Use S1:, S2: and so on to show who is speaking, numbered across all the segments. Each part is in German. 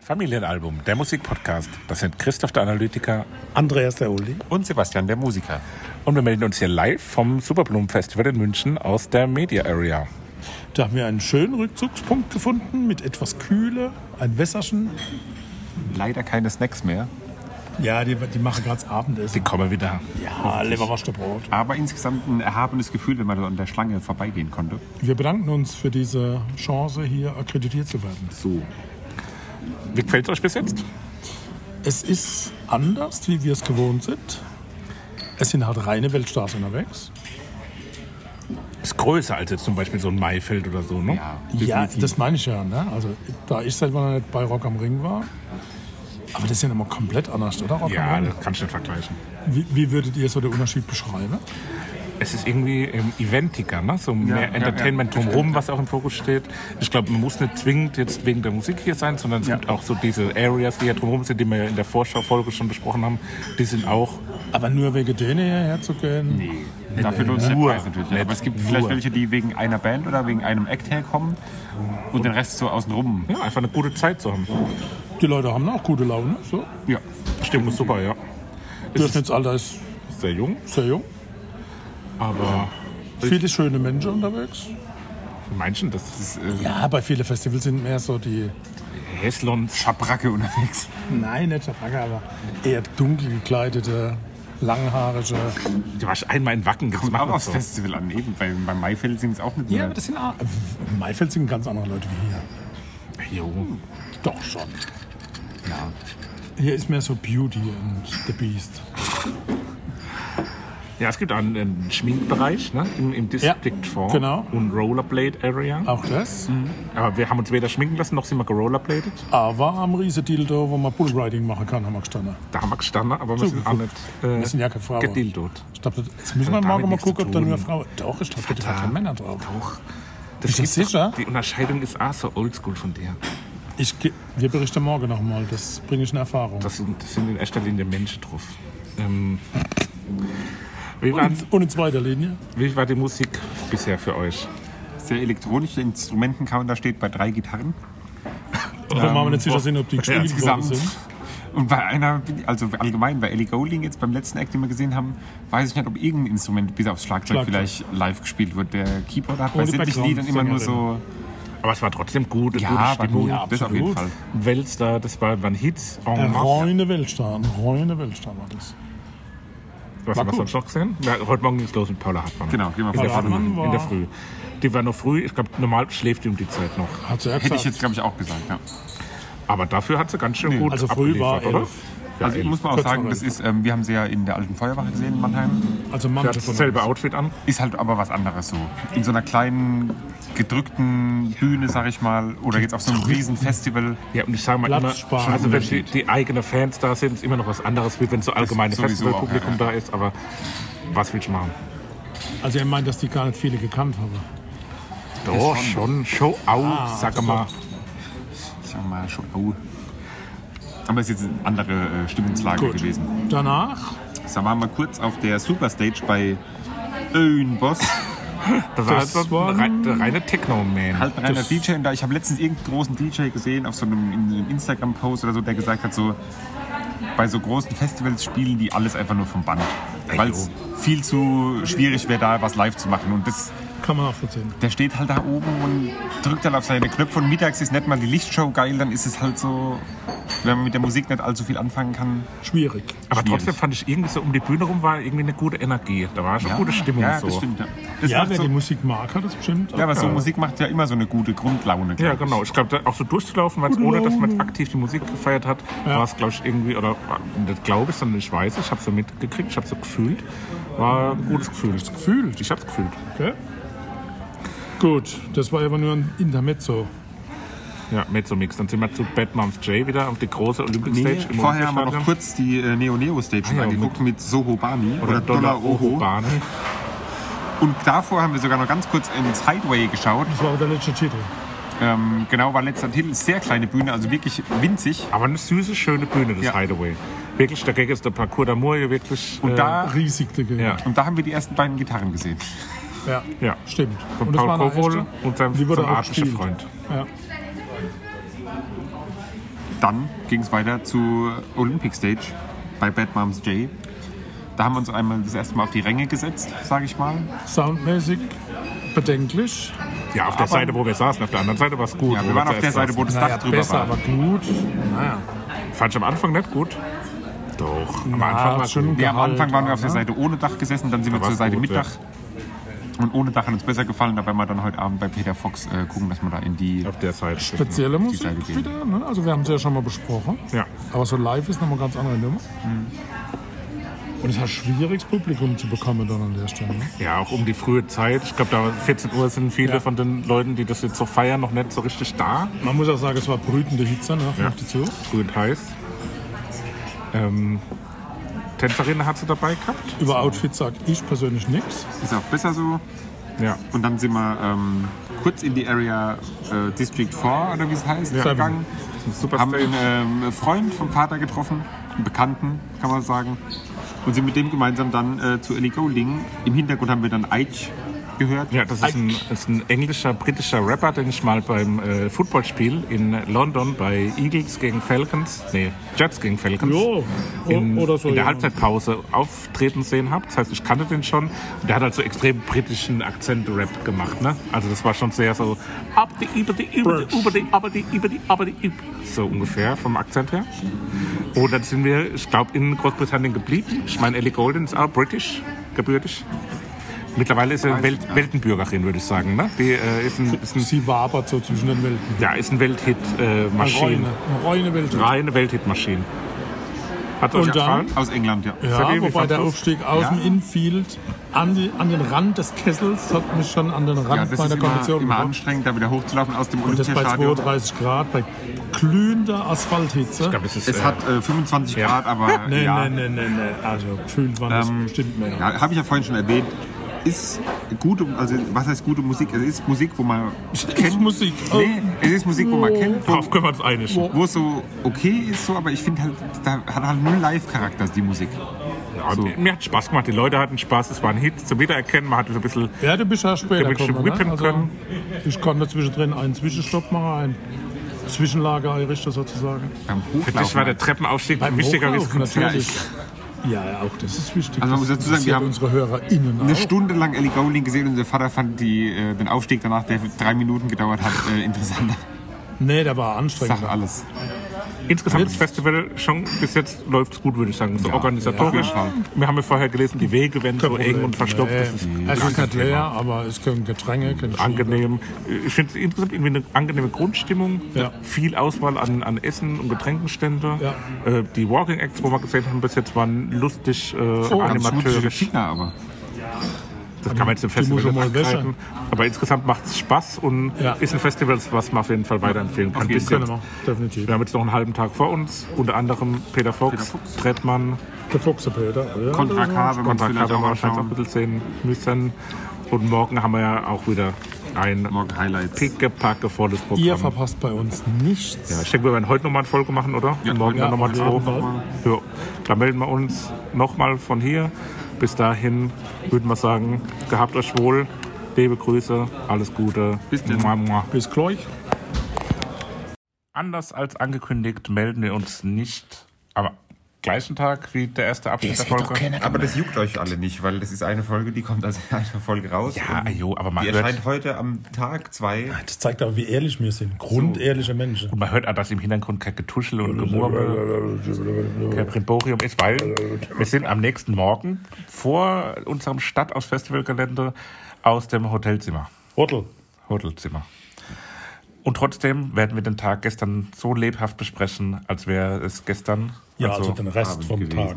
S1: Familienalbum, der Musikpodcast. Das sind Christoph der Analytiker
S2: Andreas der Uli.
S3: Und Sebastian der Musiker.
S1: und wir melden uns hier live vom Superblumen Festival in München aus der Media Area.
S2: Da haben wir einen schönen Rückzugspunkt gefunden mit etwas Kühle, ein Wässerchen.
S3: Leider keine Snacks mehr.
S2: Ja, die, die machen gerade
S1: Die
S2: Abendessen.
S1: kommen wieder.
S2: Ja, Leberwurstbrot.
S3: Aber insgesamt ein erhabenes Gefühl, wenn man da an der Schlange vorbeigehen konnte.
S2: Wir bedanken uns für diese Chance, hier akkreditiert zu werden.
S3: So.
S1: Wie gefällt es euch bis jetzt?
S2: Es ist anders, wie wir es gewohnt sind. Es sind halt reine Weltstars unterwegs.
S1: Ist größer als jetzt zum Beispiel so ein Maifeld oder so, ne?
S3: Ja,
S2: Ja,
S3: definitiv.
S2: das meine ich ja. Ne? Also, da ich selber noch nicht bei Rock am Ring war. Aber das ist ja nochmal komplett anders, oder? Rock
S1: Ja,
S2: am Ring.
S1: das kannst du nicht vergleichen.
S2: Wie, wie würdet ihr so den Unterschied beschreiben?
S1: Es ist irgendwie ähm, eventiger, ne? so mehr
S3: ja,
S1: Entertainment drumherum, was auch im Fokus steht. Ich glaube, man muss nicht zwingend jetzt wegen der Musik hier sein, sondern es gibt auch so diese Areas, die hier drumherum sind, die wir in der Vorschau-Folge schon besprochen haben. Die sind auch
S2: Aber nur wegen denen hierher zu gehen?
S3: Nee. Dafür lohnt sich der
S1: Nur.
S3: Preis natürlich. nicht. Aber es gibt vielleicht welche, die wegen einer Band oder wegen einem Act herkommen und den Rest so außenrum.
S1: ja, einfach eine gute Zeit zu haben.
S2: Die Leute haben auch gute Laune. So.
S3: Ja.
S1: Stimmung ist super, ja. Es ist
S2: Durchschnittsalter ist
S1: sehr jung,
S2: sehr jung.
S1: aber
S2: Viele schöne Menschen unterwegs.
S1: für manchen, das ist äh,
S2: Ja, bei vielen Festivals sind mehr so die.
S1: Häslon
S3: Schabracke unterwegs.
S2: Nein, nicht Schabracke, aber eher dunkel gekleidete, langhaarige.
S1: Du warst einmal in Wacken, jetzt
S3: Kommt auch
S1: machen
S3: aufs
S1: so.
S3: Festival an. Eben, bei, beim Maifeld sind es auch nicht mehr.
S2: sind auch. Im Äh, Maifeld sind ganz andere Leute wie hier.
S1: Jo.
S2: Doch schon.
S3: Ja.
S2: Hier ist mehr so Beauty and the Beast.
S1: Ja, es gibt auch einen, einen Schminkbereich ne? im, im District 4
S2: genau.
S1: und Rollerblade Area.
S2: Auch das.
S1: Aber wir haben uns weder schminken lassen, noch sind wir gerollerbladet.
S2: Aber am Riesedildo, wo man Bullriding machen kann, haben wir gestanden.
S1: Da haben wir gestanden, aber wir sind auch nicht äh,
S2: Wir sind ja keine Frauen.
S1: gedildot.
S2: Ich glaub, das- jetzt müssen wir
S1: Damit
S2: morgen mal
S1: nichts zu
S2: gucken, ob da nur
S1: tun.
S2: Frauen. Doch, ich glaube, da sind keine Männer drauf.
S1: Doch.
S2: Bist du
S1: gibt's
S2: sicher?
S1: doch. Die Unterscheidung ist auch so oldschool von dir.
S2: Ich, ge- wir berichten morgen nochmal, das bringe ich in Erfahrung.
S1: Das sind, das sind in erster Linie Menschen drauf. Ähm, wie, war,
S2: Und, und in zweiter Linie?
S1: wie war die Musik bisher für euch?
S3: Sehr elektronische Instrumentencounter steht bei drei Gitarren.
S2: Da machen wir nicht sicher
S3: oh,
S2: sind, ob die
S3: Ja,
S2: gespielt worden
S3: insgesamt.
S2: sind.
S3: Und bei einer, also allgemein bei Ellie Goulding jetzt beim letzten Act, den wir gesehen haben, weiß ich nicht, ob irgendein Instrument bis aufs Schlagzeug,
S2: Schlagzeug.
S3: vielleicht live gespielt wird. Der Keyboarder hat bei
S2: Ohne
S3: sämtlichen Liedern immer nur so,
S1: Aber es war trotzdem gut, eine
S3: ja,
S1: gute Stimmung.
S3: ja, das auf jeden
S2: absolut.
S3: Fall.
S1: Weltstar, das war, waren Hits. en
S2: Ein
S1: masse.
S2: reine Weltstar, ein reine Weltstar war das.
S1: Was haben wir sonst noch gesehen? Ja, heute Morgen ging es los mit Paula Hartmann.
S3: Genau, gehen wir
S1: in der,
S3: Paula
S1: Früh,
S2: Hartmann war-
S1: in der Früh. Die war noch früh. Ich glaube, normal schläft die um die Zeit noch.
S2: Hat sie ja
S3: Hätte
S2: gesagt.
S3: ich jetzt, glaube ich, auch gesagt, ja.
S1: Aber dafür hat sie ganz schön gut
S2: also früh war
S1: abgeliefert, oder?
S2: elf.
S1: Ja,
S3: Also ich
S1: elf.
S3: muss man auch
S2: Kurz
S3: sagen,
S2: vor
S3: das
S2: elf.
S3: ist, ähm, wir haben sie ja in der alten Feuerwache gesehen in Mannheim.
S2: Also
S1: Sie
S2: Mann,
S1: hat dasselbe Outfit an.
S3: Ist halt aber was anderes so. In so einer kleinen, gedrückten Bühne, sag ich mal, oder jetzt auf so einem riesen Festival.
S1: Ja, und ich sage mal immer,
S2: Platz sparen.
S1: also wenn die, die eigenen Fans da sind, ist immer noch was anderes, wie wenn so allgemeines
S3: sowieso auch,
S1: Festivalpublikum da ist. Aber was willst du machen?
S2: Also er meint, dass die gar nicht viele gekannt haben.
S1: Doch, schon. Show out,
S2: Ah,
S1: sag mal.
S3: Ich sag mal, schon, au. Aber es ist jetzt eine andere äh, Stimmungslage
S2: Gut.
S3: gewesen.
S2: Danach,
S3: Da waren wir kurz auf der Superstage bei Öhnboss.
S1: Das, war halt
S2: Das
S1: so ein
S2: war-
S1: rei- der reine Techno-Man.
S3: Halt reiner DJ. Und da ich habe letztens irgendeinen großen DJ gesehen auf so einem, in einem Instagram-Post oder so, der gesagt hat, so bei so großen Festivals spielen die alles einfach nur vom Band. Weil es viel zu schwierig wäre, da was live zu machen. Und das,
S2: kann man nachvollziehen.
S3: der steht halt da oben und drückt dann auf seine Knöpfe. Und mittags ist nicht mal die Lichtshow geil, dann ist es halt so, wenn man mit der Musik nicht allzu viel anfangen kann.
S2: Schwierig.
S1: Aber
S3: Schwierig.
S1: trotzdem fand ich irgendwie so um die Bühne rum war irgendwie eine gute Energie. Da war schon gute Stimmung
S3: ja,
S1: so.
S3: das stimmt. Ja, das
S2: Ja,
S3: macht
S2: wer
S3: so,
S2: die Musik mag, hat das bestimmt.
S3: ja aber so Musik macht ja immer so eine gute Grundlaune.
S1: Ja,
S3: glaub ich.
S1: genau. Ich glaube, da auch so durchzulaufen, weil es ohne, dass man aktiv die Musik gefeiert hat, war es, glaube ich, irgendwie, oder äh, nicht glaube ich, sondern ich weiß, ich habe es so mitgekriegt, ich habe es so gefühlt. War ein gutes Gefühl.
S2: Gefühlt.
S1: Ich habe es gefühlt.
S2: Okay. Gut, das war aber nur ein Intermezzo.
S1: Ja, Mezzo-Mix. Dann sind wir zu Bad Moms J wieder auf die große Olympic Stage im
S3: Vorher haben wir noch
S1: Olympiastadion.
S3: kurz die äh, Neo Neo Stage
S1: Ah ja,
S3: angeguckt mit, Soho Bami oder, Dollar Oho.
S1: Bahn.
S3: Und davor haben wir sogar noch ganz kurz ins Hideaway geschaut.
S2: Das war aber der letzte Titel.
S3: Ähm, genau, war letzter Titel. Sehr kleine Bühne, also wirklich winzig.
S1: Aber eine süße, schöne Bühne, das
S3: Ja.
S1: Hideaway. Wirklich, dagegen ist der Parcours d'Amour hier wirklich. äh,
S3: Und da,
S2: Riesig, Digga.
S1: Ja.
S3: und da haben wir die ersten beiden Gitarren gesehen.
S2: ja.
S1: Ja.
S2: Stimmt.
S1: Von
S2: das
S1: Paul
S2: war der
S1: Kowol
S2: erste.
S1: und seinem
S2: Die wurde auch
S1: sympathischen
S2: gespielt.
S1: Freund.
S2: Ja.
S3: dann ging es weiter zur Olympic Stage bei Bad Moms J. Da haben wir uns einmal das erste Mal auf die Ränge gesetzt, sage ich mal.
S4: Soundmäßig bedenklich.
S1: Ja, auf der Seite, wo wir saßen, auf der anderen Seite war es gut.
S3: Ja,
S1: wo
S3: wir waren auf der
S1: zuerst
S3: Seite, wo das
S4: Naja,
S3: Dach drüber
S4: besser,
S3: war.
S4: aber gut. Naja.
S1: saßen. Fand ich am Anfang nicht gut. Doch, am
S4: Na,
S1: Anfang war es
S4: schon
S1: schon.
S3: Ja, am
S4: Gehalt
S3: Anfang waren wir
S4: war,
S3: auf der
S4: ne?
S3: Seite ohne Dach gesessen, dann sind wir
S1: Da
S3: zur
S1: war's
S3: Seite
S1: gut,
S3: mit
S1: ja.
S3: Dach. Und ohne Dach hat uns besser gefallen, da werden wir dann heute Abend bei Peter Fox äh, gucken, dass wir da in die.
S1: Auf der Seite.
S4: Spezielle
S3: Seite
S4: Musik
S3: gehen.
S4: wieder, ne? Also wir haben es ja schon mal besprochen.
S1: Ja.
S4: Aber so live ist nochmal ganz andere Nummer.
S3: Hm.
S4: Und es war schwierig, das Publikum zu bekommen dann an der Stelle. Ne?
S1: Ja, auch um die frühe Zeit. Ich glaube, da 14 Uhr sind viele
S4: Ja.
S1: von den Leuten, die das jetzt so feiern, noch nicht so richtig da.
S4: Man muss auch sagen, es war brütende Hitze, ne? Ja. Dazu.
S1: Früh und heiß. Ähm, Tänzerinnen hat sie dabei gehabt.
S4: Über Outfit sag ich persönlich nichts.
S3: Ist auch besser so.
S1: Ja.
S3: Und dann sind wir ähm, kurz in die Area äh, District 4 oder wie es heißt, gegangen.
S1: Super
S3: Haben
S1: Stage.
S3: einen ähm, Freund vom Vater getroffen, einen Bekannten, kann man sagen. Und sind mit dem gemeinsam dann äh, zu Ellie Goulding. Im Hintergrund haben wir dann Aitch gehört.
S1: Ja, das ist ein, ist ein englischer, britischer Rapper, den ich mal beim äh, Footballspiel in London bei Eagles gegen Falcons, nee, Jets gegen Falcons,
S4: Jo, o-
S1: in,
S4: oder so,
S1: in der
S4: ja.
S1: Halbzeitpause auftreten sehen habe. Das heißt, ich kannte den schon. Und der hat halt so extrem britischen Akzent-Rap gemacht, ne? Also das war schon sehr so ab die, über die, über die, über die, aber die, über die, aber die, über so ungefähr vom Akzent her. Und dann sind wir, ich glaube, in Großbritannien geblieben. Ich meine, Ellie Golden ist auch britisch, gebürtig. Mittlerweile ist sie Welt, Weltenbürgerin, würde ich sagen. Ne? Die äh, ist ein, ist ein,
S4: Sie wabert so zwischen den Welten.
S1: ja, ist ein Welthit-Maschine.
S4: Reine, eine reine Welt.
S1: Reine Welthit-Maschine. Hat euch
S4: Und dann?
S1: gefallen?
S3: Aus England, ja.
S1: Sag
S4: Ja,
S1: ihr, wie
S4: wobei der
S1: fandst du's?
S4: Aufstieg aus
S3: Ja.
S4: dem Infield an, die, an den Rand des Kessels hat mich schon an den
S3: Ja,
S4: Rand
S3: das ist
S4: meiner
S3: immer,
S4: Kondition
S3: immer
S4: gebracht.
S3: anstrengend, da wieder hochzulaufen aus dem
S4: Und das bei
S3: Olympiastadion.
S4: 32 Grad, bei glühender Asphalthitze.
S1: Ich glaub, es ist,
S3: Es
S1: äh,
S3: hat äh, 25
S1: ja. Ähm,
S3: Grad, aber
S4: Nee,
S3: ja,
S4: nee, nee, nee, nee. Also gefühlt waren das bestimmt mehr.
S3: ja, habe ich ja vorhin schon erwähnt. Ist gute, also was heißt gute Musik? Es ist Musik, wo man
S4: Ist
S3: kennt.
S4: Musik.
S3: Nee, es ist Musik, wo man kennt, wo,
S1: Darauf können wir uns einigen.
S3: wo es so okay ist, so, aber ich finde halt, da hat halt null Live-Charakter die Musik.
S1: Ja, und
S3: So.
S1: Mir hat Spaß gemacht, die Leute hatten Spaß, es war ein Hit zum Wiedererkennen, man hatte so ein bisschen
S4: Ja, du bist ja
S1: Ja,
S4: später
S1: wir schon
S4: gekommen. Ne?
S1: whippen
S4: Also,
S1: können.
S4: ich konnte zwischendrin einen Zwischenstopp machen, ein Zwischenlager einrichten sozusagen.
S3: Beim
S1: für dich
S3: Hochlaufen.
S1: war der Treppenaufstieg wichtiger wie das
S4: Hochlaufen
S1: Konzert.
S4: natürlich. Ja, ja, auch das ist wichtig.
S3: Also man muss
S4: Das
S3: dazu sagen,
S4: interessiert
S3: wir haben
S4: unsere HörerInnen
S3: eine
S4: auch.
S3: Stunde lang Ellie Goulding gesehen und der Vater fand die, äh, den Aufstieg danach, der drei Minuten gedauert hat, äh, interessanter.
S4: Nee, der war anstrengend.
S3: Sagt alles.
S1: Insgesamt das Festival schon bis jetzt läuft es gut, würde ich sagen. So organisatorisch.
S3: ja, auf jeden
S1: Wir haben ja vorher gelesen, die Wege werden so eng und verstopft.
S4: Nee,
S1: Das ist
S4: es ist nicht leer, aber es können Getränke, können
S1: angenehm. Ich finde es insgesamt irgendwie eine angenehme Grundstimmung.
S4: Ja.
S1: Viel Auswahl an, an Essen und Getränkenstände.
S4: Ja.
S1: Äh, die Walking Acts, wo wir gesehen haben, bis jetzt waren lustig, äh,
S3: Ganz mutige
S1: animatorisch.
S3: Kinder aber.
S1: Das kann man jetzt im
S4: muss
S1: Festival
S4: schon
S1: nicht
S4: mal wäschen.
S1: angreifen. Aber insgesamt macht es Spaß und
S4: Ja.
S1: ist ein Festival, was man auf jeden Fall weiterempfehlen kann.
S3: Auf jeden
S1: Bis
S3: Fall.
S1: jetzt.
S4: Können wir, definitiv.
S1: Wir haben jetzt noch einen halben Tag vor uns. Unter anderem Peter Fox,
S3: Peter Fox.
S1: Trettmann,
S4: Der Fuchsepeter. Ja,
S3: Kontra K, wenn man
S1: Konrad
S3: vielleicht auch mal
S1: Kadermann, scheint auch ein
S3: schauen.
S1: bisschen sehen müssen. Und morgen haben wir ja auch wieder ein
S3: Morgen Highlights.
S1: pickepacke volles Programm.
S4: Ihr verpasst bei uns nichts.
S1: Ja, ich denke, wir werden heute nochmal eine Folge machen, oder?
S3: Ja.
S1: Und morgen
S4: Ja,
S1: dann nochmal
S4: auf
S1: zwei.
S4: jeden Fall.
S1: Ja. Da melden wir uns nochmal von hier. Bis dahin würden wir sagen, gehabt euch wohl. Liebe Grüße, alles Gute.
S3: Bis denn.
S1: Mua, mua.
S4: Bis gleich.
S1: Anders als angekündigt melden wir uns nicht am gleichen Tag wie der erste Abschnitt der Folge.
S3: Aber das juckt euch alle nicht, weil das ist eine Folge, die kommt als eine Folge raus.
S1: Ja,
S3: Und
S1: jo, aber man
S3: Die
S1: hört,
S3: erscheint heute am Tag zwei.
S4: Das zeigt aber, wie ehrlich wir sind. Grundehrliche Menschen.
S1: man hört auch, dass im Hintergrund kein Getuschel und Gemurmel, kein Brimborium Äh, ist, weil wir sind am nächsten Morgen vor unserem Stadt aus Festivalgelände aus dem Hotelzimmer.
S4: Hotel.
S1: Hotelzimmer. Und trotzdem werden wir den Tag gestern so lebhaft besprechen, als wäre es gestern.
S2: Ja, also, den Rest
S3: Abend
S2: vom
S3: gewesen.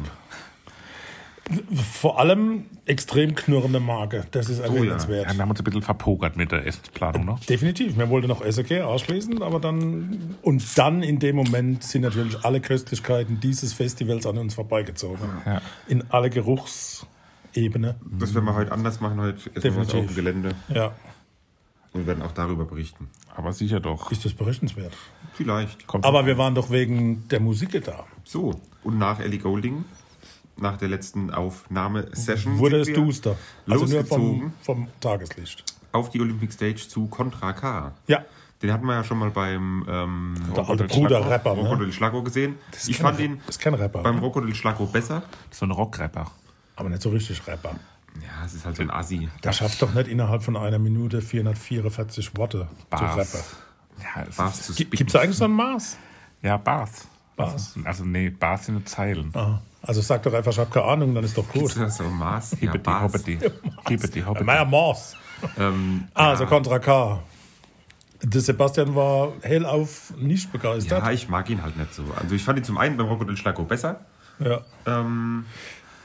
S2: Tag. Vor allem extrem knurrende Marke. Das ist erwähnenswert.
S1: Oh ja, wir haben uns ein bisschen verpokert mit der Essensplanung, ne?
S2: Definitiv. Wir wollten noch SAK ausschließen, aber dann. Und dann in dem Moment sind natürlich alle Köstlichkeiten dieses Festivals an uns vorbeigezogen.
S1: Ja.
S2: In alle Geruchsebene.
S3: Das werden wir heute anders machen. Heute essen wir was
S2: Definitiv.
S3: auf dem Gelände
S2: Ja.
S3: und werden auch darüber berichten.
S1: Aber sicher doch.
S2: Ist das berichtenswert?
S3: Vielleicht.
S1: Kommt
S2: Aber wir waren doch wegen der Musik da.
S3: So, und nach Ellie Golding, nach der letzten Aufnahmesession,
S2: Wurde es
S3: sind wir
S2: duster. Also nur vom,
S3: losgezogen.
S2: vom Tageslicht.
S3: auf die Olympic Stage zu Contra K.
S2: Ja.
S3: Den hatten wir ja schon mal beim ähm,
S2: Der
S3: Rocco
S2: alte
S3: del
S2: Bruder
S3: Schlacko-
S2: Rapper, ne?
S3: Rocco del Schlacko gesehen.
S2: ist
S3: oh Ich
S2: kein
S3: fand
S2: Rapper.
S3: ihn
S2: Das ist kein Rapper,
S3: beim
S2: ne?
S3: Rocco del Schlacko besser.
S1: So ein Rockrapper.
S2: Aber nicht so richtig Rapper.
S3: Ja, es ist halt so ein Assi.
S2: Der schafft doch nicht innerhalb von einer Minute 444 Worte zu
S1: Bars.
S2: rappen.
S1: Ja, es
S3: Bars
S1: ist,
S3: zu
S2: Gibt
S3: spicken.
S2: es eigentlich so ein Maß?
S1: ja, Bars.
S2: Bars.
S1: Also nee, Bars sind nur Zeilen.
S2: Ah, Also sag doch einfach, ich habe keine Ahnung, dann ist doch
S3: Ist
S2: gut.
S3: das so ein Maß? Ja,
S1: Hibbidi,
S3: Bars.
S1: hobbidi. Hibbidi, hobbidi.
S2: Meier Maß.
S3: Ähm,
S2: Also Contra K. Der Sebastian war hellauf nicht begeistert.
S3: ja, ich mag ihn halt nicht so. Also ich fand ihn zum einen beim Rocco del Schlacko besser.
S2: Ja.
S3: Ähm,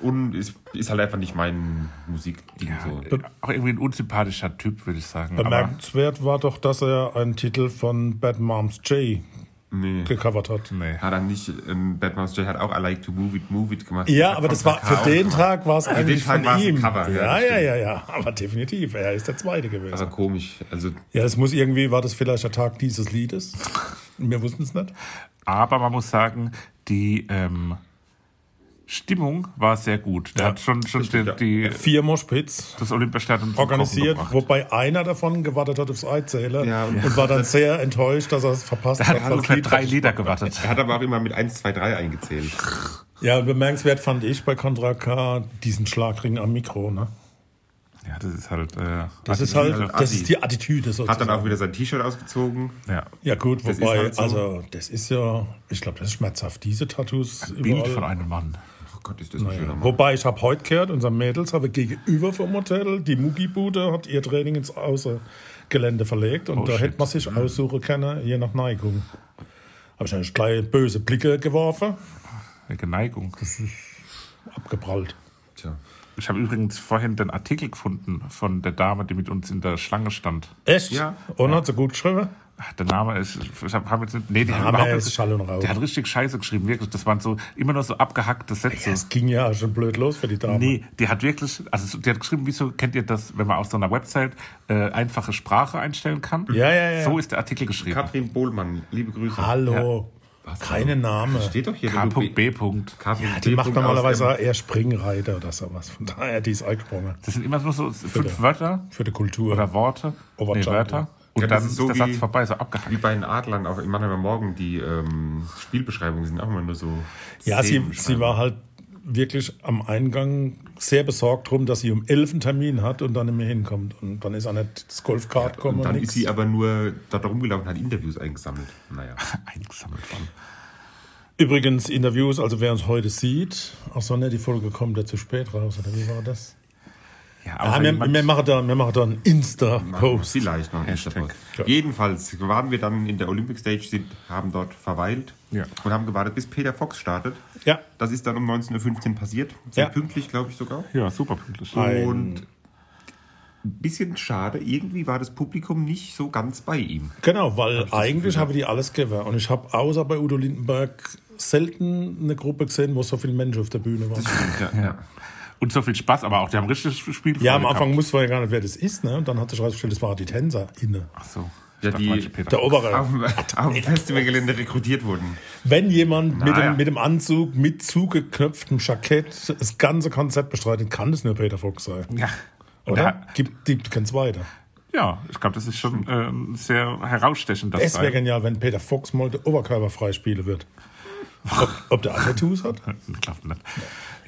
S3: und ist, ist halt einfach nicht mein Musikding. so.
S1: Ja, Äh, auch irgendwie ein unsympathischer Typ, würde ich sagen. Aber
S2: Bemerkenswert war doch, dass er einen Titel von Bad Moms J
S3: Nee.
S2: gecovert hat.
S1: nee.
S3: Hat er nicht, ähm, Batman's J hat auch I like to move it, move it gemacht.
S2: Ja,
S3: Hat
S2: aber das
S3: Contra
S2: war
S3: K
S2: für
S3: auch
S2: den
S3: gemacht.
S2: Tag war es
S3: Also den
S2: eigentlich
S3: Tag
S2: von
S3: war's ein
S2: ihm.
S3: Cover,
S2: ja, ja,
S3: ja, stimmt.
S2: ja, ja, aber definitiv. Er ist der Zweite gewesen.
S3: Also komisch. Also
S2: Ja, es muss irgendwie, war das vielleicht der Tag dieses Liedes? Wir wussten es nicht.
S1: Aber man muss sagen, die ähm, Stimmung war sehr gut. Da hat schon, schon die,
S3: ja.
S1: die,
S2: Vier Moshpits
S1: das Olympiastadion zum
S2: organisiert,
S1: Kochen gebracht.
S2: wobei einer davon gewartet hat aufs Eizähler
S3: Ja, und-
S2: und, war dann sehr enttäuscht, dass er es verpasst
S1: Da hat
S2: weil
S1: ungefähr
S2: Lied-
S1: drei Lieder gewartet.
S3: er hat aber auch immer mit 1, 2, 3 eingezählt.
S2: Ja, und bemerkenswert fand ich bei Contra K diesen Schlagring am Mikro. Ne?
S1: Ja, das ist halt. Äh,
S2: Das ist
S3: Attitüde,
S2: halt, das
S3: Assi.
S2: ist die Attitüde
S3: Ah, Hat
S2: sozusagen.
S3: dann auch wieder sein T-Shirt ausgezogen.
S1: ja,
S2: ja gut,
S3: Das ist
S2: wobei,
S3: halt so.
S2: also das ist ja, ich glaube, das ist schmerzhaft, diese Tattoos
S1: Bild von
S2: überall.
S1: einem Mann.
S3: Oh Gott, ist das ein schöner Mann.
S2: Wobei, ich habe heute gehört, unser Mädels habe gegenüber vom Hotel, die Mugibude hat ihr Training ins Außengelände verlegt und
S1: Oh,
S2: da
S1: shit.
S2: hätte man sich aussuchen können, je nach Neigung. Habe ich eigentlich gleich böse Blicke geworfen,
S1: Welche Neigung.
S2: abgeprallt.
S3: Tja.
S1: Ich habe übrigens vorhin den Artikel gefunden von der Dame, die mit uns in der Schlange stand.
S2: Echt?
S3: Ja.
S2: Und hat sie gut geschrieben?
S1: Ach, Der Name ist. Ich hab, hab jetzt nicht, nee, die
S2: Name
S1: haben überhaupt
S2: ist Schall und Rauch.
S1: Der hat richtig scheiße geschrieben, wirklich. Das waren so immer nur so abgehackte Sätze.
S2: Das ging ja schon blöd los für die Dame.
S1: Nee, die hat wirklich, also die hat geschrieben, wieso kennt ihr das, wenn man auf so einer Website äh, einfache Sprache einstellen kann?
S2: Ja, ja, ja.
S1: So ist der Artikel geschrieben.
S3: Katrin Bohlmann, liebe Grüße.
S2: Hallo. Keine Name.
S3: Steht doch hier. wenn du B-
S1: K.B. Punkt.
S3: Katrin
S2: Ja, die
S3: B.
S2: macht
S3: Punkt aus
S2: normalerweise
S3: M.
S2: eher Springreiter oder sowas. Von daher, die ist eingesprungen.
S1: Das sind immer nur so fünf Wörter
S2: Für die Kultur.
S1: oder Worte.
S2: Overjump,
S1: nee, Wörter.
S2: ja.
S1: Und
S3: Ja, das
S1: dann
S3: ist
S1: ist
S3: so
S1: der
S3: wie-
S1: Satz vorbei, so abgehackt.
S3: Wie bei den Adlern auch in Mannheimer Morgen, die ähm, Spielbeschreibungen sind auch immer nur so.
S2: Ja, sie, sie
S3: Szenenbeschreibungen.
S2: war halt wirklich am Eingang sehr besorgt drum, dass sie um elf einen Termin hat und dann nicht mehr hinkommt. Und dann ist auch nicht das Golfkart gekommen.
S3: Und dann
S2: nix.
S3: ist sie aber nur da rumgelaufen und hat Interviews eingesammelt. Naja.
S1: Eingesammelt worden.
S2: Übrigens Interviews, also wer uns heute sieht, auch so nicht die Folge kommt ja zu spät raus, oder wie war das?
S1: Ja,
S2: Ah,
S1: aber
S2: wir,
S1: jemand-
S2: wir, machen da, wir machen da einen Insta-Post.
S3: Vielleicht noch nicht.
S1: Hashtag.
S3: Ja. Jedenfalls waren wir dann in der Olympic Stage, sind, haben dort verweilt
S1: Ja.
S3: und haben gewartet, bis Peter Fox startet.
S2: Ja.
S3: Das ist dann um 19.15 Uhr passiert. Sehr
S2: Ja.
S3: pünktlich, glaube ich sogar.
S1: ja, super pünktlich.
S2: Ein-
S3: Und ein bisschen schade, irgendwie war das Publikum nicht so ganz bei ihm.
S2: Genau, weil eigentlich habe die alles gewährt. Und ich habe außer bei Udo Lindenberg selten eine Gruppe gesehen, wo so viele Menschen auf der Bühne waren.
S3: Ja, ja.
S1: Und so viel Spaß, aber auch, die haben richtig gespielt.
S2: Ja, am Anfang wusste man ja gar nicht, wer das ist. Ne? Und dann hat sich herausgestellt, das waren die Tänzer inne.
S1: Ach so.
S3: Ja,
S1: Ich dachte,
S3: die-
S1: manche Peter.
S2: Der obere.
S3: Auf, dem- auf dem Festivalgelände rekrutiert wurden.
S2: Wenn jemand mit,
S3: ja.
S2: dem, mit dem Anzug, mit zugeknöpftem Jackett das ganze Konzept bestreitet, kann das nur Peter Fox sein.
S1: ja.
S2: Oder?
S1: Ja.
S2: Gib, gib, kann's weiter.
S1: Ja, ich glaube, das ist schon ähm, sehr herausstechend. Das
S2: Es wäre
S1: Teil.
S2: genial, wenn Peter Fox mal den Oberkörper freispielen wird. Ob, ob der alle Tattoos hat?
S1: Ich glaube nicht.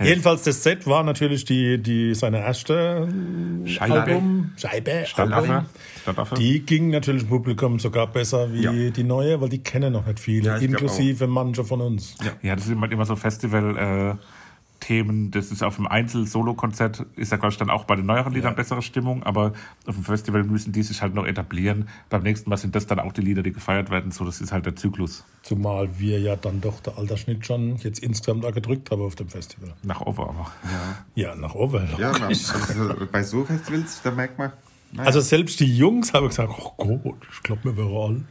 S2: Jedenfalls, das Set war natürlich die, die, seine erste
S1: Scheibe.
S2: Album, Scheibe, Album.
S1: Stadtaffe. Stadtaffe.
S2: Die ging natürlich dem Publikum sogar besser wie
S3: Ja.
S2: die neue, weil die kennen noch nicht viele,
S3: Ja, ich glaub
S2: inklusive manche von uns.
S1: Ja, das sind halt immer so Festival-Themen. das ist auf dem Einzel-Solo-Konzert, ist ja, glaube ich, dann auch bei den neueren Liedern bessere Stimmung, aber auf dem Festival müssen die sich halt noch etablieren. Beim nächsten Mal sind das dann auch die Lieder, die gefeiert werden. So, das ist halt der Zyklus
S2: Zumal wir ja dann doch der Altersschnitt schon jetzt insgesamt da gedrückt haben auf dem Festival.
S1: nach Over. Aber.
S2: Ja, nach Oberloch.
S3: Ja, na, also bei so Festivals, da merkt man, naja,
S2: Also selbst die Jungs haben gesagt, oh Gott, ich glaube, wir wären alt.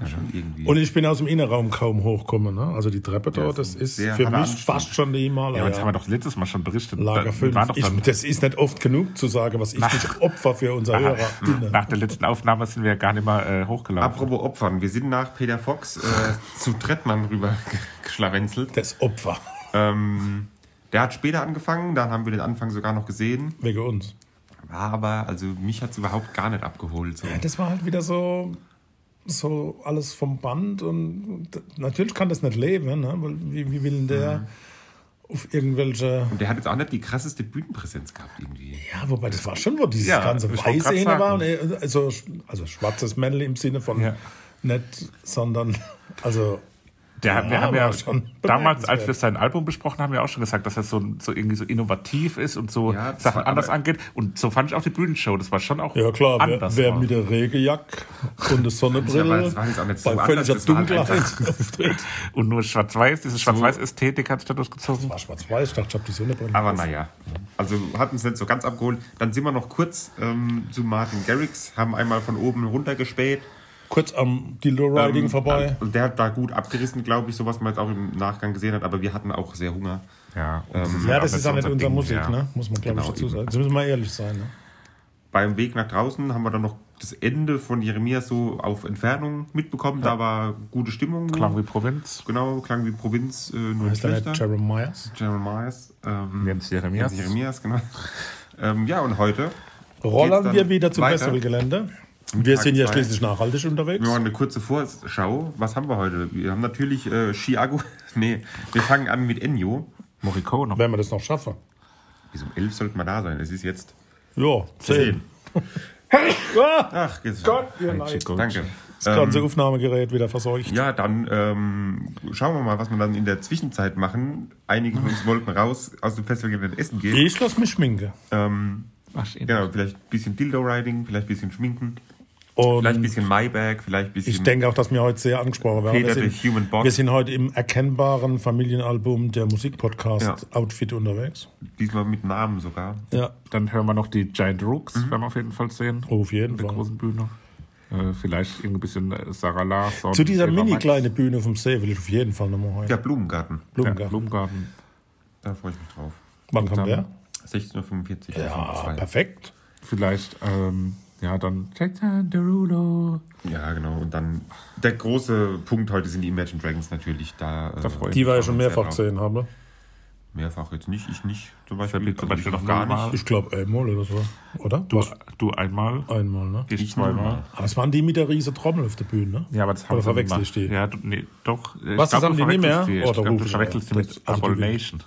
S3: ja, schon irgendwie.
S2: Und ich bin aus dem Innenraum kaum hochgekommen. Ne? Also die Treppe dort, das ist
S3: sehr
S2: für mich
S3: anstrengend.
S2: fast schon die
S1: Ja, aber das haben
S2: Himalaya.
S1: wir doch letztes Mal schon berichtet.
S2: Lager
S1: Da-
S2: 5.
S1: War doch
S2: Ich,
S1: dann,
S2: das ist nicht oft genug zu sagen, was ich nicht Opfer für unser HörerInnen.
S1: nach der letzten Aufnahme sind wir ja gar nicht mehr äh, hochgelaufen.
S3: Apropos Opfern, wir sind nach Peter Fox äh, zu Trettmann rüber geschlawenzelt.
S2: Das Opfer.
S3: Ähm, der hat später angefangen, dann haben wir den Anfang sogar noch gesehen.
S2: Wegen uns.
S3: War aber, also mich hat es überhaupt gar nicht abgeholt. So.
S2: Ja, das war halt wieder so so alles vom Band und d- natürlich kann das nicht leben, ne? weil wie, wie will denn der
S3: Mhm.
S2: auf irgendwelche.
S3: Und der hat jetzt auch nicht die krasseste Bühnenpräsenz gehabt irgendwie.
S2: Ja, wobei das war schon, wo dieses
S3: Ja,
S2: ganze
S3: ich
S2: Weiße
S3: wollte grad
S2: hin war.
S3: sagen.
S2: Und, äh, Also, also schwarzes Männle im Sinne von
S1: Ja.
S2: nicht, sondern also
S1: Der,
S2: Ja,
S1: wir haben
S2: war
S1: ja
S2: schon
S1: damals, als
S2: bemerkenswert.
S1: wir sein Album besprochen haben, ja auch schon gesagt, dass er so, so irgendwie so innovativ ist und so
S3: Ja, das
S1: Sachen
S3: war-
S1: anders
S3: aber-
S1: angeht. Und so fand ich auch die Bühnenshow. Das war schon auch
S2: Ja klar, wer,
S1: anders.
S2: wer
S1: mal.
S2: mit der Regenjack und der Sonnenbrille
S3: Ja, aber das war jetzt auch nicht so
S2: bei
S3: anders,
S2: völliger
S3: das war halt
S2: Dunkelheit
S3: einfach-
S2: auftritt.
S1: und nur Schwarz-Weiß, diese Schwarz-Weiß-Ästhetik hat sich da durchgezogen.
S2: War schwarz-weiß, ich dachte, ich habe die Sonnenbrille.
S3: Aber naja, also hat uns nicht so ganz abgeholt. Dann sind wir noch kurz ähm, zu Martin Garrix, haben einmal von oben runter gespäht.
S2: Kurz am Dildo-Riding
S3: Ähm,
S2: vorbei.
S3: Und der hat da gut abgerissen, glaube ich, so was man jetzt auch im Nachgang gesehen hat. Aber wir hatten auch sehr Hunger. Ähm,
S1: Ja, und
S2: Ja, das ist ja nicht unsere
S3: Ding,
S2: Musik,
S3: ja.
S2: ne? muss man glaube
S3: Genau,
S2: ich dazu
S3: eben.
S2: sagen. Jetzt müssen wir mal ehrlich sein. Ne?
S3: Beim Weg nach draußen haben wir dann noch das Ende von Jeremias so auf Entfernung mitbekommen. Da war gute Stimmung.
S1: Klang wie halt Provinz.
S3: Genau, klang wie Provinz, äh, nur
S2: Heißt der
S3: schlechter.
S2: nicht Jeremias?
S3: Jeremias. Ähm,
S1: Jens Jeremias.
S3: Jens Jeremias, genau. Ähm, ja, und heute
S2: Rollern
S3: dann
S2: wir wieder zum
S3: weiter.
S2: Festivalgelände. Wir
S3: Tag
S2: sind ja
S3: zwei.
S2: schließlich nachhaltig unterwegs.
S3: wir machen eine kurze Vorschau. Was haben wir heute? Wir haben natürlich äh, Chiago. nee, wir fangen an mit Ennio.
S1: Morricone.
S2: Wenn wir das noch schaffen.
S3: Bis um 11 sollten wir da sein. Es ist jetzt
S2: Ja, zehn.
S3: 10.
S2: Ah,
S3: Ach, jetzt-
S2: Gott, ihr Leid.
S3: Danke. Ähm.
S2: Das ganze Aufnahmegerät wieder verseucht.
S3: Ja, dann ähm, schauen wir mal, was wir dann in der Zwischenzeit machen. Einige von uns wollten raus aus dem Festivalgelände essen gehen.
S2: Ich lass mich schminken.
S3: Ähm,
S1: Ach, schön.
S2: Genau.
S3: ja, vielleicht ein bisschen Dildo-Riding, vielleicht ein bisschen Schminken, vielleicht ein
S2: Und
S3: bisschen Maybach, vielleicht ein bisschen...
S2: Ich denke auch, dass wir heute sehr angesprochen werden.
S3: Peter
S2: Wir
S3: durch Human
S2: sind,
S3: Box.
S2: wir sind heute im erkennbaren Familienalbum der Musikpodcast-Outfit unterwegs.
S3: Diesmal mit Namen sogar.
S2: Ja,
S1: Dann hören wir noch die Giant Rooks, werden wir auf jeden Fall sehen.
S2: Mhm. auf jeden
S1: der
S2: Fall.
S1: großen Bühne. Äh, vielleicht irgendwie ein bisschen äh, Sarah Larsson.
S2: Zu dieser
S1: Eva
S2: mini
S1: Max.
S2: kleinen Bühne vom See will ich auf jeden Fall nochmal heute.
S3: Ja, Blumengarten.
S1: Ja,
S2: Blumengarten.
S1: Blumengarten.
S3: Da freue ich mich drauf.
S2: Wann kommt der?
S1: Dann-
S3: 16.45 Uhr.
S2: Ja, perfekt.
S1: Vielleicht, ähm, ja, dann Jackson Derulo.
S3: ja, genau. Und dann der große Punkt heute sind die Imagine Dragons natürlich. Da, äh,
S1: freue ich
S2: Die wir ja
S3: freuen
S2: schon
S3: wir uns
S2: mehrfach
S3: sehr drauf.
S2: gesehen haben.
S3: Mehrfach jetzt nicht. Ich nicht. Zum Beispiel,
S1: Verblieb zum
S3: Also
S1: Beispiel
S3: ich
S1: noch
S3: gar
S1: mal.
S3: nicht.
S2: Ich glaube einmal oder so. Oder? Du
S1: Du einmal,
S2: einmal, ne?
S1: ich zweimal.
S2: Aber es waren die mit der riesen Trommel auf der Bühne, ne?
S1: Ja, aber das haben
S2: Oder
S1: sie
S2: verwechsel
S1: gemacht.
S2: ich die?
S1: Ja, du, nee, doch. Ich
S2: Was, das
S1: glaub,
S2: haben
S1: du
S2: die nicht mehr?
S1: verwechselst die. Ich
S2: Oh, da
S1: glaub,
S2: rufe
S1: du
S2: ich
S1: verwechselst die
S2: aber. Das-
S1: mit
S2: also die-
S1: Abomination.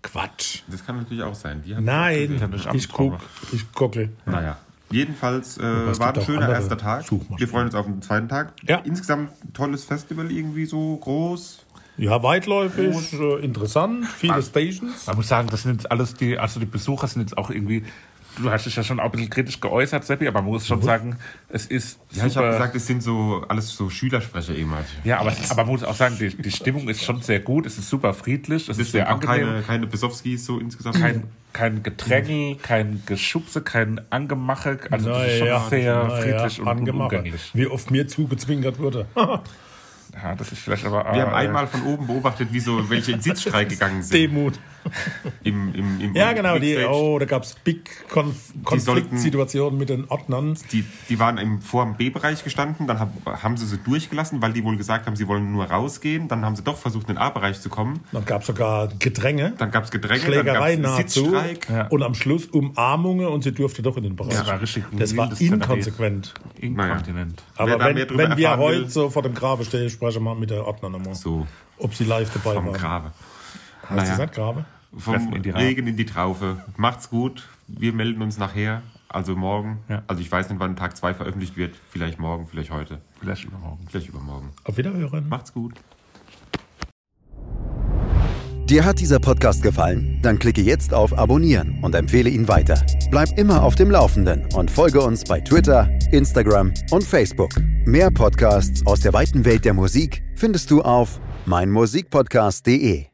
S2: Quatsch.
S3: Das kann natürlich auch sein. Die hat-
S2: Nein,
S1: nicht
S2: ich guck, ich guckel.
S3: Naja. Jedenfalls äh,
S2: es
S3: war
S2: gibt
S3: ein
S2: auch
S3: schöner
S2: andere
S3: erster Tag.
S2: Suchmaschinen.
S3: Wir freuen uns auf den zweiten Tag.
S2: Ja.
S3: Insgesamt ein tolles Festival irgendwie so groß.
S2: Ja, weitläufig, äh, interessant, viele Stations.
S1: Man muss sagen, das sind jetzt alles die, also die Besucher sind jetzt auch irgendwie, du hast dich ja schon auch ein bisschen kritisch geäußert, Seppi, aber man muss
S2: Mhm.
S1: schon sagen, es ist
S3: Ja, ich habe
S1: super-
S3: gesagt, es sind so alles so Schülersprecher eh ehemalige.
S1: Ja, aber, aber man muss auch sagen, die, die Stimmung ist schon sehr gut, es ist super friedlich, es ist sehr
S3: auch
S1: angenehm.
S3: keine, keine Besowskis so insgesamt.
S1: kein, kein Gedrängel, kein Geschubse, kein Angemache. Also das ist schon
S2: Naja,
S1: sehr
S2: naja,
S1: friedlich und, und
S2: angemacht.
S1: umgänglich.
S2: Wie oft mir zugezwinkert wurde.
S1: Ja, das ist vielleicht aber äh,
S3: Wir haben einmal von oben beobachtet, wie so welche in Sitzstreik gegangen sind.
S2: Demut.
S3: Im, im, im,
S2: Ja,
S3: im
S2: genau. Die,
S3: Backstage.
S2: oh, da gab es Big Konf Konfliktsituationen mit den Ordnern.
S3: Die, die waren im, vor dem B-Bereich gestanden, dann hab, haben sie sie durchgelassen, weil die wohl gesagt haben, sie wollen nur rausgehen. Dann haben sie doch versucht, in den A-Bereich zu kommen.
S2: Dann gab es sogar Gedränge,
S3: Dann gab es Gedränge,
S2: Schlägereien
S3: dann gab es
S2: nahezu.
S3: Sitzstreik.
S2: Und am Schluss Umarmungen und sie durfte doch in den Bereich.
S1: Das war richtig ein
S2: das war
S1: wildes Szenario.
S2: inkonsequent.
S1: Inkontinent.
S2: Aber
S3: da
S2: wenn,
S3: mehr drüber
S2: wenn wir
S3: erfahren will-
S2: heute so vor dem Grabe stehen, sprechen wir mal mit der Ordner nochmal.
S3: So,
S2: Ob sie live dabei
S3: vom
S2: waren.
S3: Grabe.
S2: Heißt das
S3: Naja.
S2: nicht Grabe?
S3: Vom
S1: Treffen in die Ra-
S3: Regen in die Traufe. Macht's gut. Wir melden uns nachher. Also morgen.
S1: Ja.
S3: Also ich weiß nicht, wann Tag 2 veröffentlicht wird. Vielleicht morgen, vielleicht heute,
S1: Vielleicht übermorgen.
S3: vielleicht übermorgen.
S2: Auf Wiederhören.
S3: Macht's gut.
S5: Dir hat dieser Podcast gefallen? Dann klicke jetzt auf Abonnieren und empfehle ihn weiter. Bleib immer auf dem Laufenden und folge uns bei Twitter, Instagram und Facebook. Mehr Podcasts aus der weiten Welt der Musik findest du auf meinmusikpodcast.de.